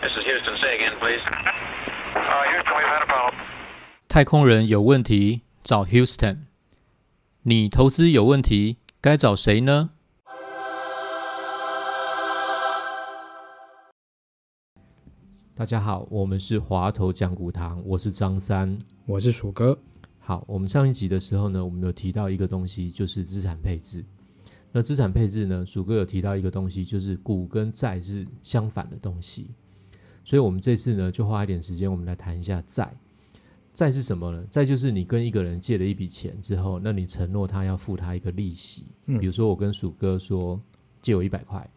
This is Houston. Say again, please. Uh, Houston, we've had a problem. 太空人有问题找 Houston，你投资有问题该找谁呢？大家好，我们是滑头酱骨堂，我是张三。我是鼠哥。好，我们上一集的时候呢，我们有提到一个东西，就是资产配置。那资产配置呢，鼠哥有提到一个东西，就是股跟债是相反的东西。所以，我们这次呢，就花一点时间，我们来谈一下债。债是什么呢？债就是你跟一个人借了一笔钱之后，那你承诺他要付他一个利息。嗯比如说，我跟鼠哥说借我一百块，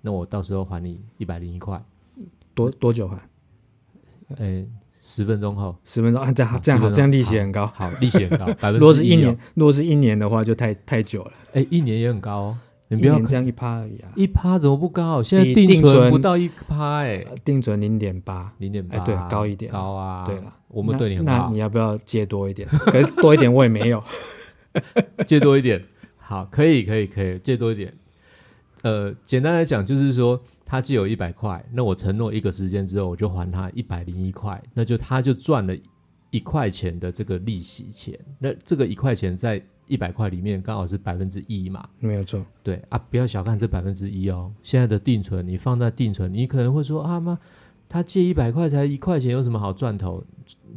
那我到时候还你一百零一块。多多久还？诶，十分钟后，十分钟啊，这样好这样嗯好， 10分钟这样利息很高。好，利息 很高，百分如果是之一一哦年，，如果是一年的话，就太太久了。哎，一年也很高哦。你不一要年看这样一趴而已啊，一趴怎么不高？啊现在比定定存存不到一趴，哎，呃定存零点八。零点八，哎对高一点高啊。对了，我们那对你很那好你，要不要借多一点？可是多一点我也 没有。借多一点，好，可以，可以，可以，借多一点。呃，简单来讲就是说，他借我一百块，那我承诺一个时间之后，我就还他一百零一块，那就他就赚了一块钱的这个利息钱。那这个一块钱在一百块里面刚好是百分之一嘛，没有错，对啊，不要小看这百分之一哦。现在的定存，你放在定存，你可能会说啊妈，他借一百块才一块钱，有什么好赚头？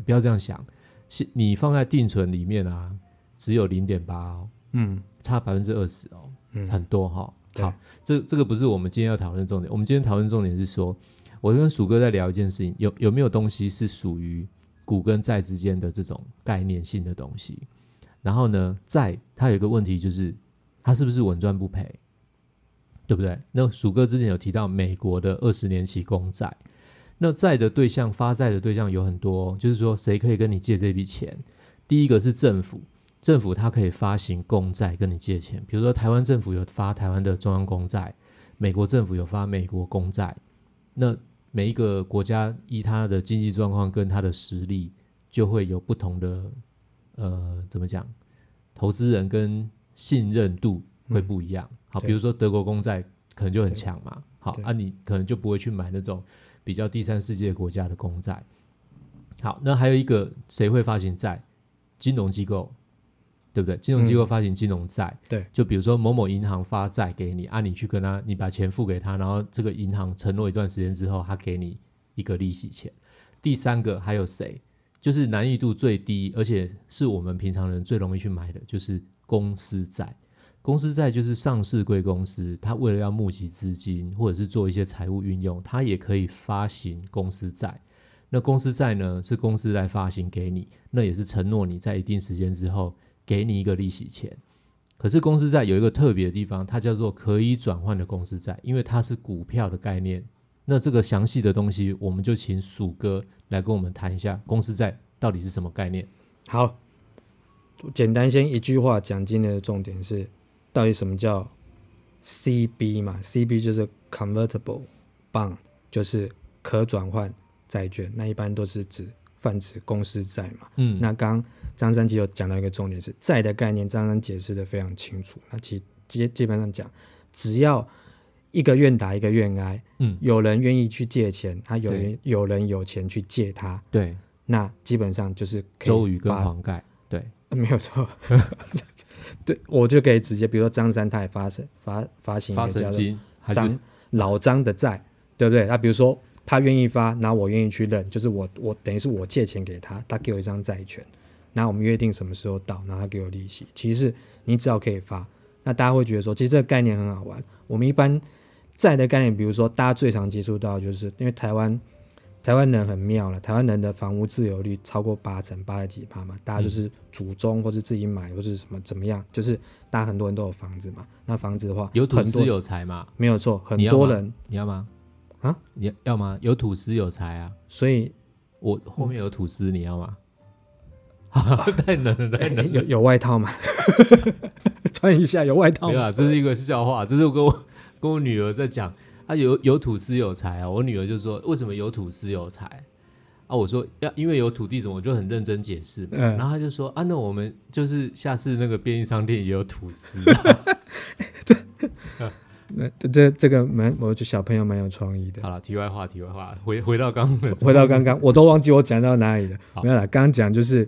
不要这样想，是你放在定存里面啊，只有零点八哦，嗯，差百分之二十哦，嗯很多哈、对好，这这个不是我们今天要讨论的重点，我们今天讨论重点是说，我跟鼠哥在聊一件事情，有有没有东西是属于股跟债之间的这种概念性的东西？然后呢，债它有一个问题就是，它是不是稳赚不赔，对不对？那鼠哥之前有提到美国的二十年期公债，那债的对象发债的对象有很多哦，就是说谁可以跟你借这笔钱？第一个是政府，政府它可以发行公债跟你借钱，比如说台湾政府有发台湾的中央公债，美国政府有发美国公债，那每一个国家依它的经济状况跟它的实力，就会有不同的呃怎么讲，投资人跟信任度会不一样。好，对比如说德国公债可能就很强嘛，好对啊，你可能就不会去买那种比较第三世界国家的公债。好，那还有一个谁会发行债？金融机构，对不对？金融机构发行金融债，对，就比如说某某银行发债给你，啊，你去跟他，你把钱付给他，然后这个银行承诺一段时间之后，他给你一个利息钱。第三个还有谁？就是难易度最低，而且是我们平常人最容易去买的，就是公司债。公司债就是上市贵公司，它为了要募集资金或者是做一些财务运用，它也可以发行公司债。那公司债呢，是公司来发行给你，那也是承诺你在一定时间之后给你一个利息钱。可是公司债有一个特别的地方，它叫做可以转换的公司债，因为它是股票的概念。那这个详细的东西，我们就请鼠哥来跟我们谈一下公司债到底是什么概念。好，简单先一句话讲今天的重点是，到底什么叫 CB 嘛？CB 就是 convertible bond，就是可转换债券，那一般都是指泛指公司债嘛。嗯，那刚张三其实有讲到一个重点是债的概念，张三解释的非常清楚。那其基基本上讲，只要一个愿打一个愿挨，嗯，有人愿意去借钱，他有人有人有钱去借他，对，那基本上就是可以周瑜跟发黄盖，对， 没有错。对，我就可以直接，比如说张三他也发生发发行一发个神叫做经还是张老张的债，对不对？那比如说他愿意发，然后我愿意去认，就是我我等于是我借钱给他，他给我一张债权，那我们约定什么时候到，然后他给我利息。其实你只要可以发，那大家会觉得说，其实这个概念很好玩。我们一般债的概念，比如说大家最常接触到，就是因为台湾台湾人很妙了，台湾人的房屋自由率超过八成，八十几趴嘛，嗯大家就是组中或是自己买或是什么怎么样，就是大家很多人都有房子嘛。那房子的话，有土很多司有财嘛？没有错，很你要多吗人，你要吗？啊，你要要吗？有土司有财啊，所 以我后面有土司，你要 吗？ 太冷了，太哎冷了。有有外套吗？ 穿一下有外套没有吗？啊，这是一个笑话，这是我跟我跟我女儿在讲，啊有有土司有财啊，我女儿就说为什么有土司有财啊？我说要因为有土地什么，我就很认真解释嘛，嗯然后她就说啊，那啊我们就是下次那个便利商店也有土司、这这这个蛮，我就小朋友蛮有创意的。 好了，题外话，题外话，回回到刚刚的，回到刚刚，我都忘记我讲到哪里了。没有啦，刚刚讲就是，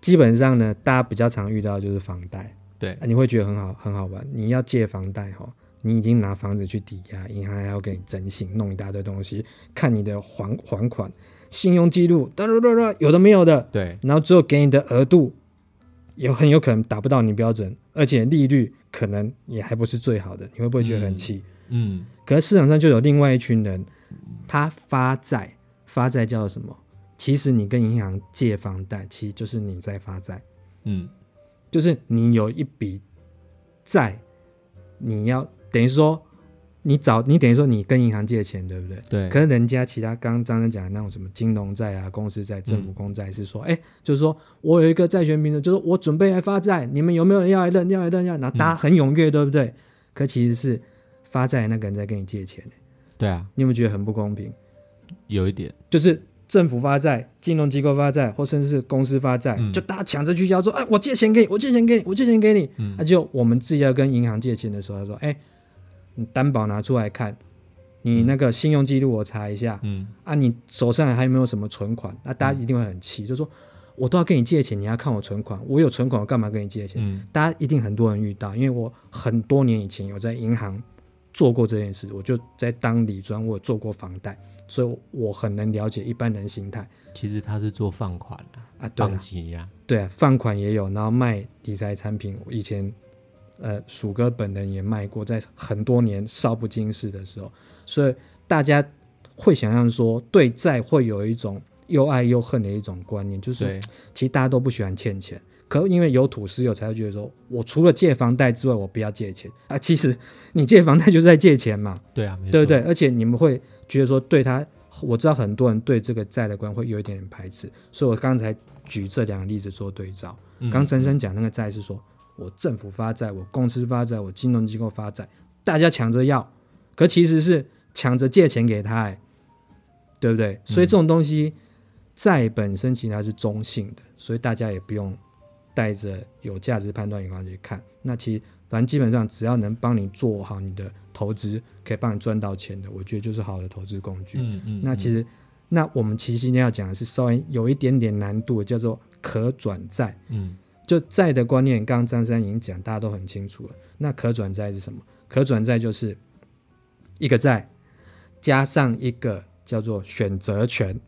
基本上呢，大家比较常遇到的就是房贷， 对啊，你会觉得很好很好玩。你要借房贷哈，你已经拿房子去抵押，银行还要给你征信，弄一大堆东西，看你的还还款、信用记录，哒哒哒哒，有的没有的，对然后最后给你的额度，有很有可能达不到你标准，而且利率可能也还不是最好的，你会不会觉得很气？嗯，可是市场上就有另外一群人，他发债，发债叫什么？其实你跟银行借房贷，其实就是你在发债，嗯，就是你有一笔债，你要等于说你找你等于说你跟银行借钱，对不对？对可是人家其他刚刚张生讲的那种什么金融债啊、公司债、政府公债，是说，哎、就是说我有一个债权凭证，就是我准备来发债，你们有没有人要来认、要来认、要来？然后大家很踊跃，对不对？可其实是发债的那个人在跟你借钱，对啊，你有没有觉得很不公平？有一点，就是政府发债、金融机构发债，或甚至是公司发债，嗯就大家抢着去要说，哎，我借钱给你，我借钱给你，我借钱给你。嗯那、就我们自己要跟银行借钱的时候，他说，哎，你担保拿出来看，你那个信用记录我查一下，嗯，啊，你手上还有没有什么存款？那、大家一定会很气，就说我都要跟你借钱，你还要看我存款，我有存款，我干嘛跟你借钱？嗯大家一定很多人遇到，因为我很多年以前有在银行做过这件事，我就在当理专，我有做过房贷，所以我很能了解一般人心态其实他是做放款啊，啊。对放了，急呀、对、啊，放款也有，然后卖理财产品，我以前呃鼠哥本人也卖过，在很多年少不经事的时候，所以大家会想象说对债会有一种又爱又恨的一种观念，就是对其实大家都不喜欢欠钱，可因为有土司有才会觉得说，我除了借房贷之外，我不要借钱啊。其实你借房贷就是在借钱嘛，对啊，没错对不对？？而且你们会觉得说，对他，我知道很多人对这个债的观会有一点点排斥，所以我刚才举这两个例子做对照。嗯刚真生讲那个债是说我政府发债，我公司发债，我金融机构发债，大家抢着要，可其实是抢着借钱给他、哎，对不对？所以这种东西，债本身其实它是中性的，所以大家也不用带着有价值判断眼光去看。那其实反正基本上只要能帮你做好你的投资，可以帮你赚到钱的，我觉得就是好的投资工具。嗯嗯，那其实，那我们其实今天要讲的是稍微有一点点难度的，叫做可转债。嗯就债的观念，刚刚张三已经讲，大家都很清楚了。那可转债是什么？可转债就是一个债加上一个叫做选择权，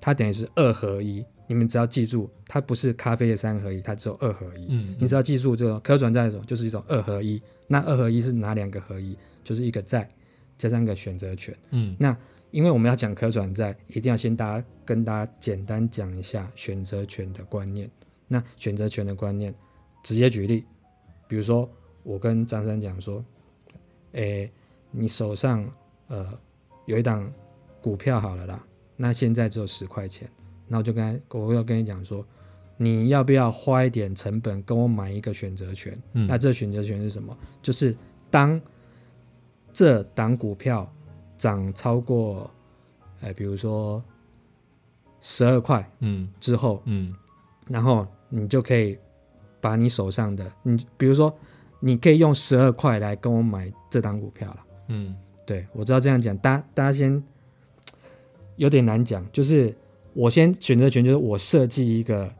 它等于是二合一。你们只要记住，它不是咖啡的三合一，它只有二合一。嗯嗯你只要记住这个可转债是什么，就是一种二合一。那二合一是哪两个合一？就是一个债加上一个选择权。嗯那因为我们要讲可转债，一定要先大家跟大家简单讲一下选择权的观念。那选择权的观念，直接举例，比如说我跟张三讲说，诶、你手上呃有一档股票好了啦，那现在只有十块钱，那我就跟他，我要跟你讲说，你要不要花一点成本跟我买一个选择权？嗯那这选择权是什么？就是当这档股票涨超过，呃，比如说十二块嗯之后，嗯然后你就可以把你手上的，你比如说，你可以用十二块来跟我买这档股票了。嗯对我知道这样讲，大大家先有点难讲，就是我先选择权，就是我设计一个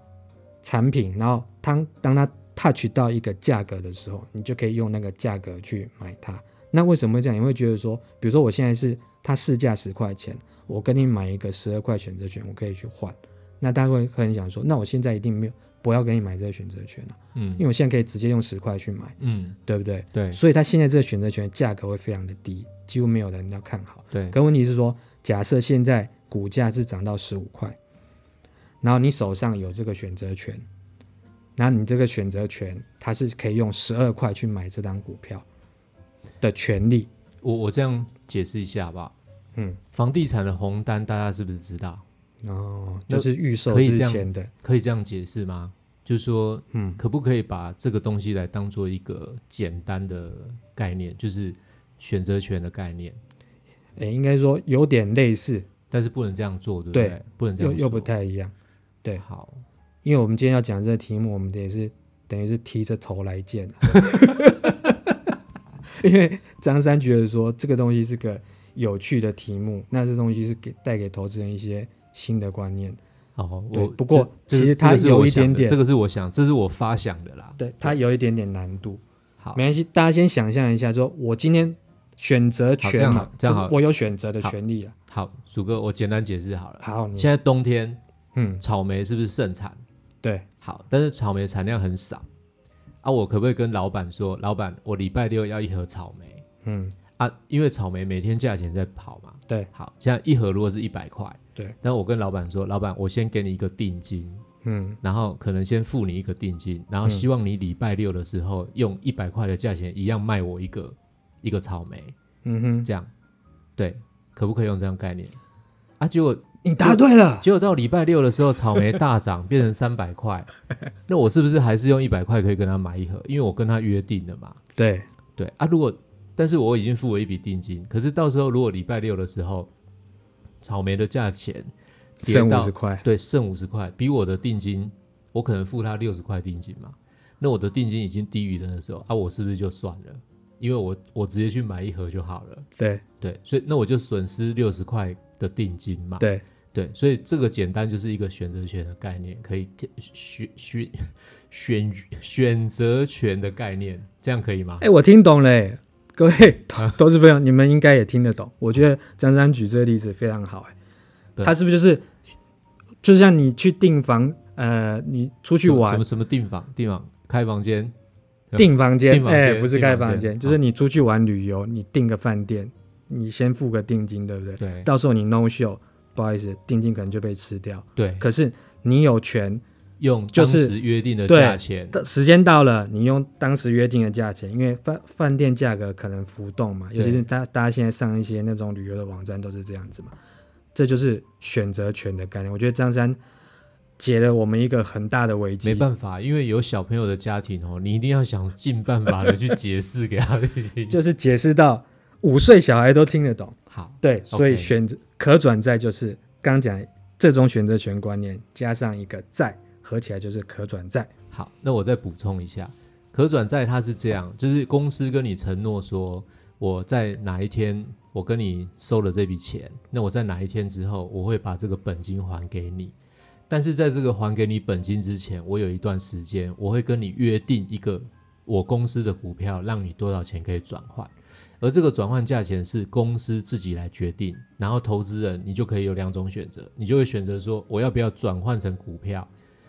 产品，然后当当它 touch 到一个价格的时候，你就可以用那个价格去买它。那为什么会这样？你会觉得说，比如说我现在是它市价十块钱，我跟你买一个十二块选择权，我可以去换。那大家会很想说，那我现在一定没有不要跟你买这个选择权了、啊嗯因为我现在可以直接用十块去买，嗯，对不对？对所以它现在这个选择权的价格会非常的低，几乎没有人要看好。对，可问题是说，假设现在股价是涨到十五块，然后你手上有这个选择权，然后你这个选择权它是可以用十二块去买这张股票的权利。我我这样解释一下好不好？嗯，房地产的红单大家是不是知道？哦，那就是预售可以这之样前的，可以这样解释吗？就是说，嗯可不可以把这个东西来当做一个简单的概念，就是选择权的概念，诶，应该说有点类似，但是不能这样做，对不对对？不能这又样又不说太一样。对好。因为我们今天要讲这个题目，我们也是等于是提着头来见、啊 因为张三觉得说这个东西是个有趣的题目，那这东西是给带给投资人一些新的观念。哦，对我不过这其这实个它是有我一想点的点这个是我想，这是我发想的啦。对，它有一点点难度。好没关系，大家先想象一下说，我今天选择这权样嘛好，这样就是好我有选择的权利了。好，鼠哥，我简单解释好了。好，你现在冬天嗯，草莓是不是盛产？对，好，但是草莓产量很少啊，我可不可以跟老板说，老板，我礼拜六要一盒草莓嗯，啊？因为草莓每天价钱在跑嘛。对，好，现在一盒如果是一百块，对，但我跟老板说，老板，我先给你一个定金，嗯，然后可能先付你一个定金，然后希望你礼拜六的时候用一百块的价钱一样卖我一个一个草莓，嗯哼，这样，对，可不可以用这样概念？啊，结果你答对了，结果到礼拜六的时候，草莓大涨 变成三百块，那我是不是还是用一百块可以跟他买一盒？因为我跟他约定了嘛。对，对啊，如果但是我已经付了一笔定金，可是到时候如果礼拜六的时候，草莓的价钱跌剩到五十块，对，剩五十块，比我的定金，我可能付他六十块定金嘛，那我的定金已经低于的那时候啊，我是不是就算了？因为我我直接去买一盒就好了，对对，所以那我就损失六十块的定金嘛，对，对，所以这个简单就是一个选择权的概念，可以选选 选选择权的概念，这样可以吗哎、？我听懂嘞，各位啊投投资朋友，你们应该也听得懂。我觉得张三举这个例子非常好、哎，对他是不是就是就像你去订房，呃，你出去什么玩什么什么订房订房开房间，订房间订，房哎、间啊不是订盖房房间间，就是你出去玩旅游，你订个饭店，你先付个定金，对不对？对到时候你 no show，不好意思，定金可能就被吃掉。对，可是你有权，用就当是时约定的对价钱，到时间到了，你用当时约定的价钱，因为饭饭店价格可能浮动嘛，尤其是大大家现在上一些那种旅游的网站都是这样子嘛，这就是选择权的概念。我觉得张三解了我们一个很大的危机，没办法，因为有小朋友的家庭哦，你一定要想尽办法的去解释给他听。 就是解释到五岁小孩都听得懂。好，对，所以 OK 选择可转债就是刚刚讲这种选择权观念加上一个债，合起来就是可转债。好，那我再补充一下，可转债它是这样，就是公司跟你承诺说，我在哪一天我跟你收了这笔钱，那我在哪一天之后我会把这个本金还给你。但是在这个还给你本金之前，我有一段时间，我会跟你约定一个我公司的股票，让你多少钱可以转换，而这个转换价钱是公司自己来决定，然后投资人你就可以有两种选择，你就会选择说我要不要转换成股票，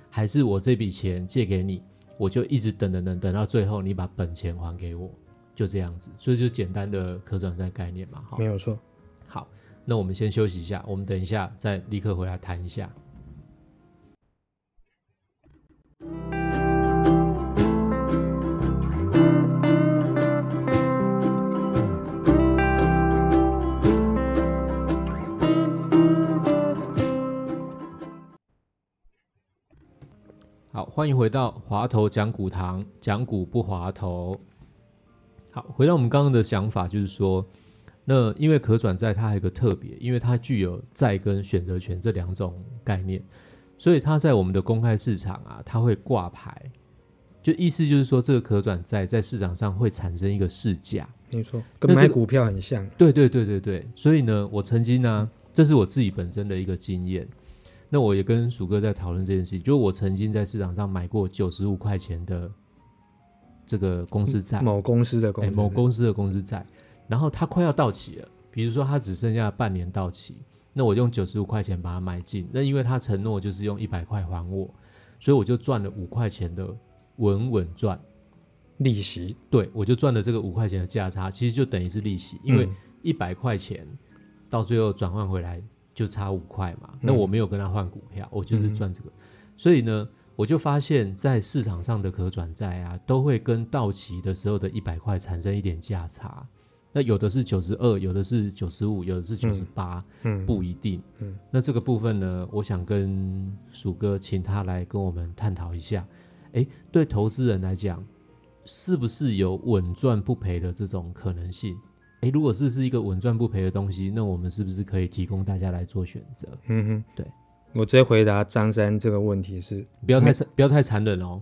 还是我这笔钱借给你，我就一直等等等等到最后你把本钱还给我，就这样子，所以就简单的可转债概念嘛。好没，有错，好，那我们先休息一下，我们等一下再立刻回来谈一下。好，欢迎回到滑头讲股堂，讲股不滑头。好，回到我们刚刚的想法，就是说，那因为可转债它还有一个特别，因为它具有债跟选择权这两种概念，所以它在我们的公开市场啊，它会挂牌，就意思就是说，这个可转债在市场上会产生一个市价。没错，那跟买这个股票很像。对对对对对，所以呢，我曾经呢、这是我自己本身的一个经验。那我也跟鼠哥在讨论这件事情，就是我曾经在市场上买过九十五块钱的这个公司债，某公司的公哎司，某公司的公司债，然后它快要到期了，比如说它只剩下半年到期，那我用九十五块钱把它买进，那因为他承诺就是用一百块还我，所以我就赚了五块钱的稳稳赚，利息，对我就赚了这个五块钱的价差，其实就等于是利息，因为嗯一百块钱到最后转换回来就差五块嘛。嗯那我没有跟他换股票，我就是赚这个。所以呢，我就发现，在市场上的可转债啊，都会跟到期的时候的一百块产生一点价差。那有的是九十二，有的是九十五，有的是九十八，嗯不一定。那这个部分呢，我想跟鼠哥请他来跟我们探讨一下。诶，对投资人来讲，是不是有稳赚不赔的这种可能性？诶，如果是是一个稳赚不赔的东西，那我们是不是可以提供大家来做选择？嗯哼，对。我直接回答张三这个问题是，不要太残不要太残忍哦。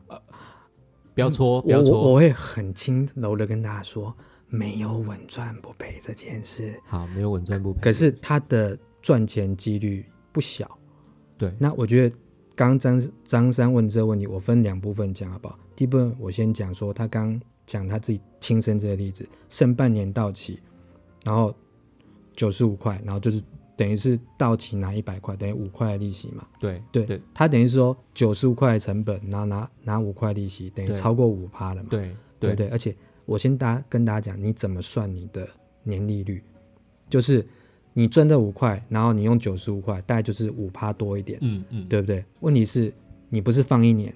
不要搓，不我要嗯我搓。我会很轻柔的跟大家说，没有稳赚不赔这件事。好，没有稳赚不赔。可是他的赚钱几率不小。对，那我觉得刚刚张张三问这个问题，我分两部分讲好不好？第一部分我先讲说他刚讲他自己亲身这个例子，剩半年到期，然后九十五块，然后就是等于是到期拿一百块，等于五块的利息嘛。对对，对他等于是说九十五块的成本，然后拿拿五块利息，等于对超过五趴了嘛。对对不对，而且我先大家跟大家讲，你怎么算你的年利率，就是你赚这五块，然后你用九十五块，大概就是五趴多一点，嗯嗯，对不对？问题是，你不是放一年，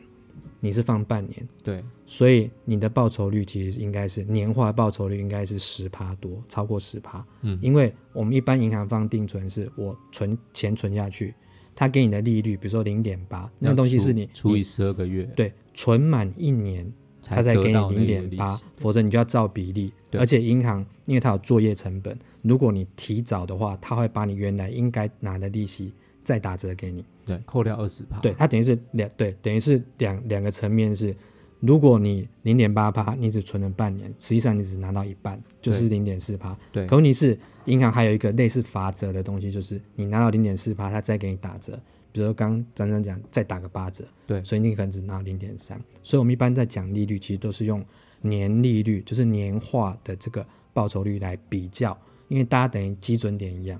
你是放半年，对所以你的报酬率其实应该是年化报酬率应该是十趴多，超过十趴。嗯因为我们一般银行放定存是我存钱存下去，它给你的利率，比如说零点八，那个东西是你除除你以十二个月，对，存满一年，才他才得给你到那零个点利八息，否则你就要照比例。对而且银行因为它有作业成本，如果你提早的话，它会把你原来应该拿的利息再打折给你。对，扣掉二十趴，对，它等于是两对，等于是两两个层面是，如果你零点八趴，你只存了半年，实际上你只拿到一半，就是零点四趴。对可问题是，银行还有一个类似罚则的东西，就是你拿到零点四趴，它再给你打折。比如说刚刚张张讲，再打个八折，对所以你可能只拿零点三。所以我们一般在讲利率，其实都是用年利率，就是年化的这个报酬率来比较，因为大家等于基准点一样。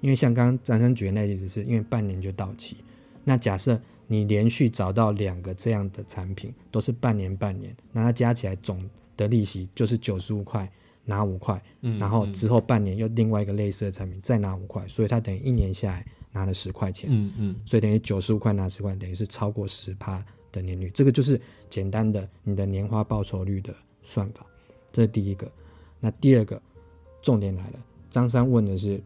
因为像刚刚张三举的那例子，是因为半年就到期。那假设你连续找到两个这样的产品，都是半年半年，那它加起来总的利息就是九十五块，拿五块，嗯然后嗯之后半年又另外一个类似的产品再拿五块，所以它等于一年下来拿了十块钱。嗯嗯，所以等于九十五块拿十块，等于是超过十趴的年率。这个就是简单的你的年化报酬率的算法，这是第一个。那第二个重点来了，张三问的是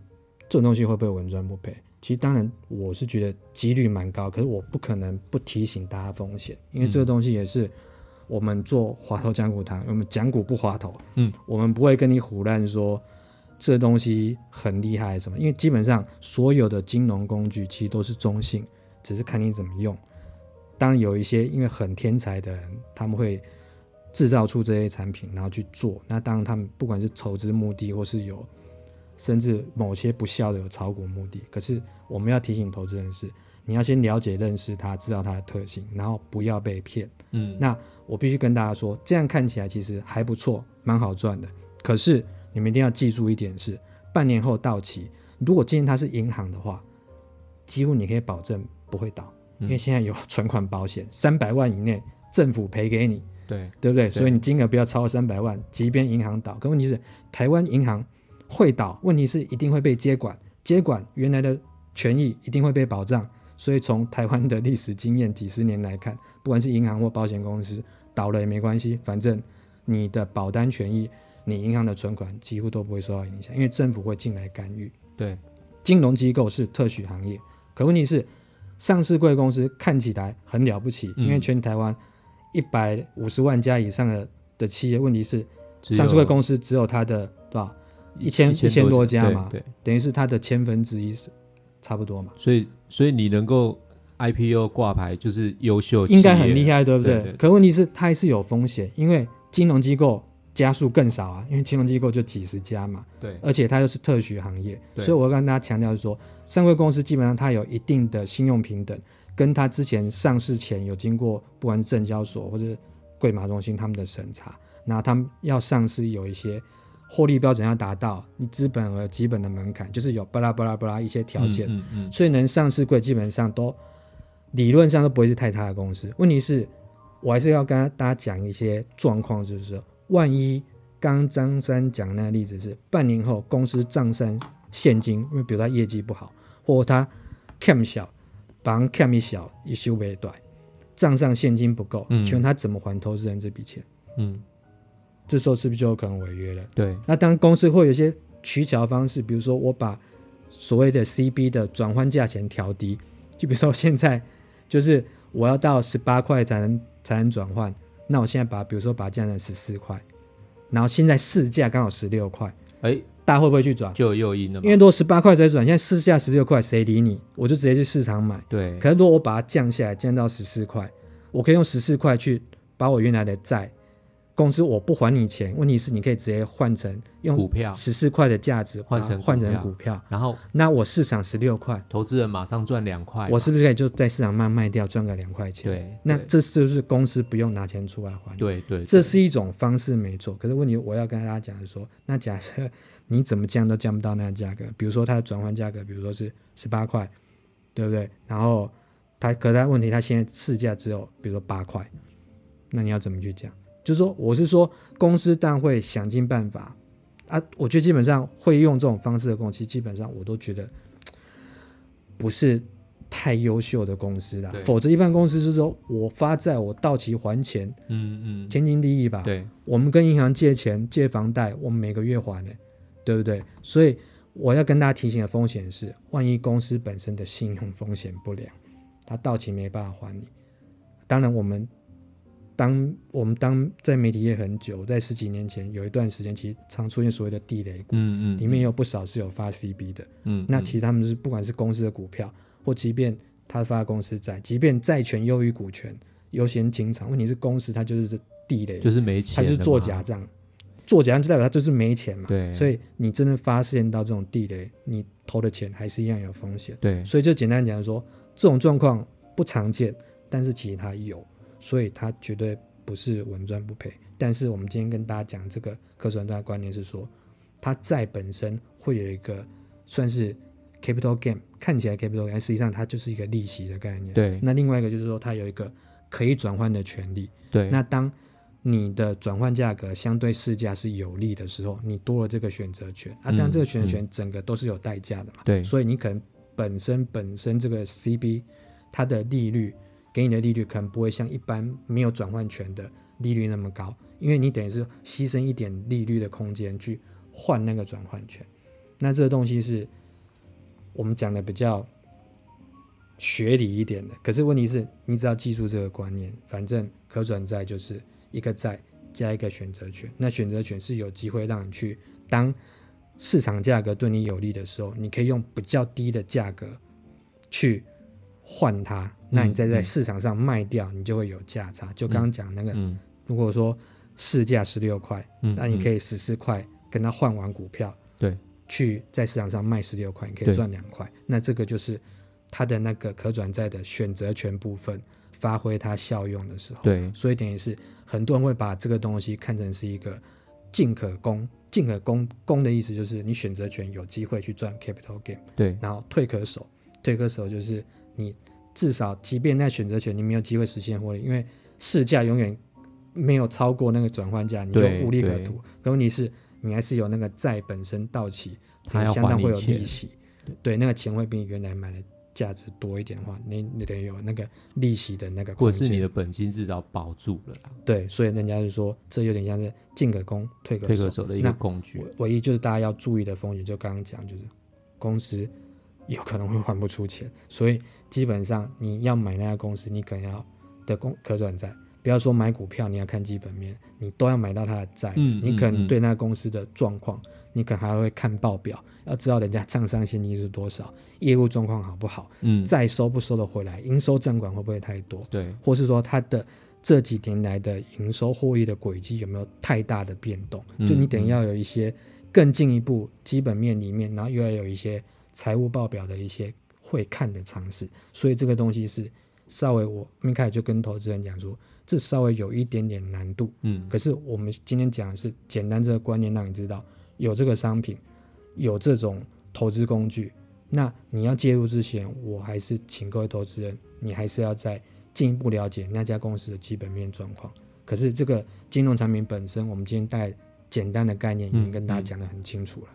这种东西会不会稳赚不赔？其实当然我是觉得几率蛮高，可是我不可能不提醒大家风险，因为这个东西也是。我们做滑头讲股堂，我们讲股不滑头，嗯，我们不会跟你胡乱说这东西很厉害什么，因为基本上所有的金融工具其实都是中性，只是看你怎么用。当然有一些因为很天才的人，他们会制造出这些产品，然后去做。那当然他们不管是筹资目的，或是有甚至某些不孝的有炒股目的。可是我们要提醒投资人是，你要先了解认识它，知道它的特性，然后不要被骗。嗯那我必须跟大家说，这样看起来其实还不错，蛮好赚的。可是你们一定要记住一点是，半年后到期，如果今天它是银行的话，几乎你可以保证不会倒，因为现在有存款保险，三百万以内政府赔给你，对对不对？所以你金额不要超过三百万，即便银行倒。可问题是，台湾银行会倒，问题是一定会被接管，接管原来的权益一定会被保障。所以从台湾的历史经验几十年来看，不管是银行或保险公司倒了也没关系，反正你的保单权益、你银行的存款几乎都不会受到影响，因为政府会进来干预。对金融机构是特许行业，可问题是，上市贵公司看起来很了不起，嗯因为全台湾一百五十万家以上的的企业，问题是只有上市贵公司只有它的对吧？一千一一千多家对嘛对，等于是它的千分之一，是差不多嘛，所以所以你能够 IPO 挂牌就是优秀，应该很厉，害，对不对对？对对可问题是它还是有风险，因为金融机构家数更少啊，因为金融机构就几十家嘛，对而且它又是特许行业，对所以我要跟大家强调是说，上柜公司基本上它有一定的信用平等，跟它之前上市前有经过不管是证交所或者柜马中心他们的审查，那他们要上市有一些获利标准要达到，你资本额基本的门槛，就是有巴拉巴拉巴拉一些条件，嗯嗯所以能上市柜基本上都理论上都不会是太差的公司。问题是，我还是要跟大家讲一些状况，就是说，万一刚刚张三讲那个例子是半年后公司账上现金，因为比如他业绩不好，或他 cam 小，帮 cam 一小一修为短，账上现金不够，嗯请问他怎么还投资人这笔钱？嗯嗯，这时候是不是就有可能违约了？对那当然公司会有一些取巧方式，比如说我把所谓的 CB 的转换价钱调低，就比如说现在就是我要到十八块才能才能转换，那我现在把比如说把它降成十四块，然后现在市价刚好十六块，哎大家会不会去转？就有诱因了嘛因为，如果十八块才转，现在市价十六块，谁理你？我就直接去市场买。对可是如果我把它降下来，降到十四块，我可以用十四块去把我原来的债，公司我不还你钱，问题是你可以直接换成用股票十四块的价值换成把它换成股股票，然后那我市场十六块，投资人马上赚两块嘛，我是不是可以就在市场卖卖掉赚个两块钱？对，那对这就是公司不用拿钱出来还你。对对，这对是一种方式没错。可是问题我要跟大家讲的是说，那假设你怎么降都降不到那个价格，比如说它的转换价格，比如说是十八块，对不对？然后它可是它问题它现在市价只有比如说八块，那你要怎么去讲？就是说我是说公司但会想尽办法啊，我觉得基本上会用这种方式的公司，其实基本上我都觉得不是。太优秀的公司啦对，否则一般公司是说我发债，我到期还钱，嗯嗯，天经地义吧？，对我们跟银行借钱、借房贷，我们每个月还的，对不对？所以我要跟大家提醒的风险是，万一公司本身的信用风险不良，它到期没办法还你。当然，我们当我们当在媒体业很久，在十几年前有一段时间，其实常出现所谓的地雷股，嗯嗯，里面有不少是有发 CB 的。嗯，那嗯其实他们是不管是公司的股票，或即便他发公司债，即便债权优于股权，优先清偿，问题是公司它就是地雷，就是没钱它了嘛，就是做假账，做假账就代表它就是没钱嘛。对所以你真的发现到这种地雷，你投的钱还是一样有风险。对，所以就简单讲说，这种状况不常见，但是其实它有，所以它绝对不是稳赚不赔。但是我们今天跟大家讲这个科技端的观念是说，它债本身会有一个算是 capital gain，看起来 capital gain，实际上它就是一个利息的概念。对那另外一个就是说，它有一个可以转换的权利。对那当你的转换价格相对市价是有利的时候，你多了这个选择权啊，嗯但这个选择权整个都是有代价的嘛。对所以你可能本身本身这个 CB 它的利率给你的利率可能不会像一般没有转换权的利率那么高，因为你等于是牺牲一点利率的空间去换那个转换权。那这个东西是我们讲的比较学理一点的，可是问题是，你只要记住这个观念，反正可转债就是一个债加一个选择权，那选择权是有机会让你去当市场价格对你有利的时候，你可以用比较低的价格去换它，那你再在市场上卖掉，你就会有价差。就刚刚讲那个，嗯如果说市价十六块，嗯那你可以以十四块跟他换完股票，对去在市场上卖十六块，你可对以赚两块。那这个就是它的那个可转债的选择权部分发挥它效用的时候。，对所以等于是很多人会把这个东西看成是一个进可攻，进可攻，攻的意思就是你选择权有机会去赚 capital gain，对然后退可守，退可守就是你至少即便在选择权你没有机会实现获利，因为市价永远没有超过那个转换价，你就对无利可对图。可问题是，你还是有那个债本身到期，它等于要相当还会你有钱利息，对，那个钱会比你原来买的价值多一点的话，你你得有那个利息的那个或空者是你间。的本金至少保住了啦，对，所以人家就说这有点像是进可攻，退可退可守。守的一个那工具，唯唯一就是大家要注意的风险，就刚刚讲，就是公司有可能会还不出钱，所以基本上你要买那家公司，你可能要的公可转债，不要说买股票，你要看基本面，你都要买到它的债，嗯你嗯可嗯能对那公司的状况，你可能还会看报表，要知道人家账上现金是多少，业务状况好不好，嗯，债收不收得回来，应收账款会不会太多，对或是说它的这几年来的营收获利的轨迹有没有太大的变动？嗯就你等要有一些更进一步基本面里面，然后又要有一些财务报表的一些会看的尝试，所以这个东西是稍微我一开始就跟投资人讲说，这稍微有一点点难度。嗯可是我们今天讲的是简单这个观念，让你知道有这个商品，有这种投资工具。那你要介入之前，我还是请各位投资人，你还是要再进一步了解那家公司的基本面状况。可是这个金融产品本身，我们今天大概简单的概念已经跟大家讲得很清楚了。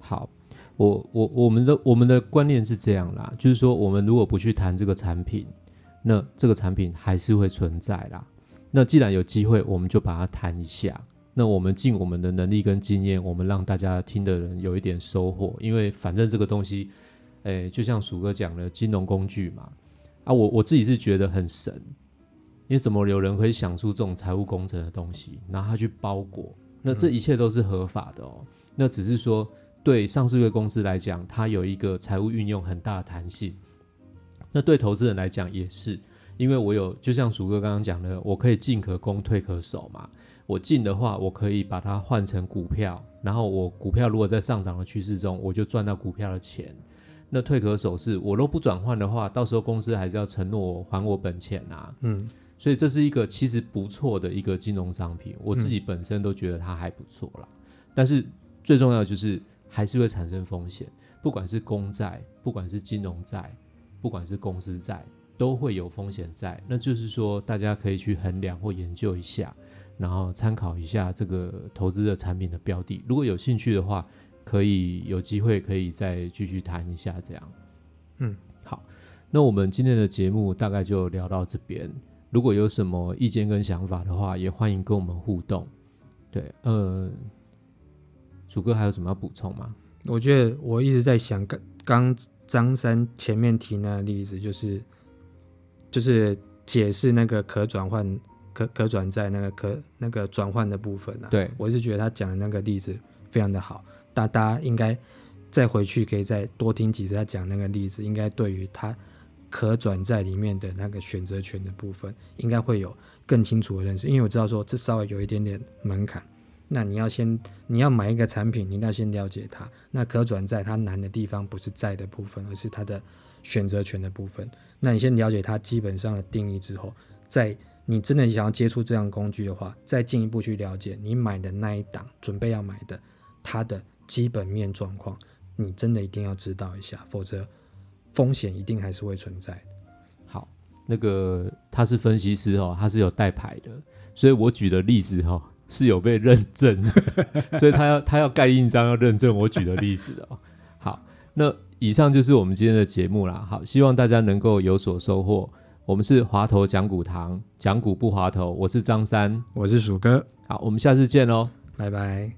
好，我我我们的我们的观念是这样啦，就是说我们如果不去谈这个产品，那这个产品还是会存在啦。那既然有机会，我们就把它谈一下。那我们尽我们的能力跟经验，我们让大家听的人有一点收获，因为反正这个东西，诶，就像鼠哥讲的，金融工具嘛，啊，我我自己是觉得很神，因为怎么有人会想出这种财务工程的东西，然后他去包裹，那这一切都是合法的哦。那只是说对上市贵公司来讲，它有一个财务运用很大的弹性。那对投资人来讲也是，因为我有就像鼠哥刚刚讲的，我可以进可攻退可守嘛。我进的话，我可以把它换成股票，然后我股票如果在上涨的趋势中，我就赚到股票的钱。那退可守是，我若不转换的话，到时候公司还是要承诺我还我本钱啊。嗯，所以这是一个其实不错的一个金融商品，我自己本身都觉得它还不错啦。但是最重要的就是还是会产生风险，不管是公债，不管是金融债，不管是公司债，都会有风险在。那就是说，大家可以去衡量或研究一下，然后参考一下这个投资的产品的标的。如果有兴趣的话，可以有机会可以再继续谈一下这样。嗯，好，那我们今天的节目大概就聊到这边。如果有什么意见跟想法的话，也欢迎跟我们互动。对，呃，主哥还有什么要补充吗？我觉得我一直在想，刚刚张三前面提那个例子，就是就是解释那个可转换、可可转债那个可那个转换的部分啊。对我是觉得他讲的那个例子非常的好，大大家应该再回去可以再多听几次他讲那个例子，应该对于他可转债里面的那个选择权的部分，应该会有更清楚的认识。因为我知道说这稍微有一点点门槛，那你要先你要买一个产品，你一定要先了解它。那可转债它难的地方不是债的部分，而是它的选择权的部分。那你先了解它基本上的定义之后，再你真的想要接触这样工具的话，再进一步去了解你买的那一档准备要买的它的基本面状况，你真的一定要知道一下，否则风险一定还是会存在的。好，那个他是分析师哦，他是有带牌的，所以我举的例子哦是有被认证，所以他要他要盖印章要认证我举的例子的哦。好，那以上就是我们今天的节目啦。好，希望大家能够有所收获。我们是滑头讲股堂，讲股不滑头，我是张三。我是鼠哥，好，我们下次见喽。哦拜拜。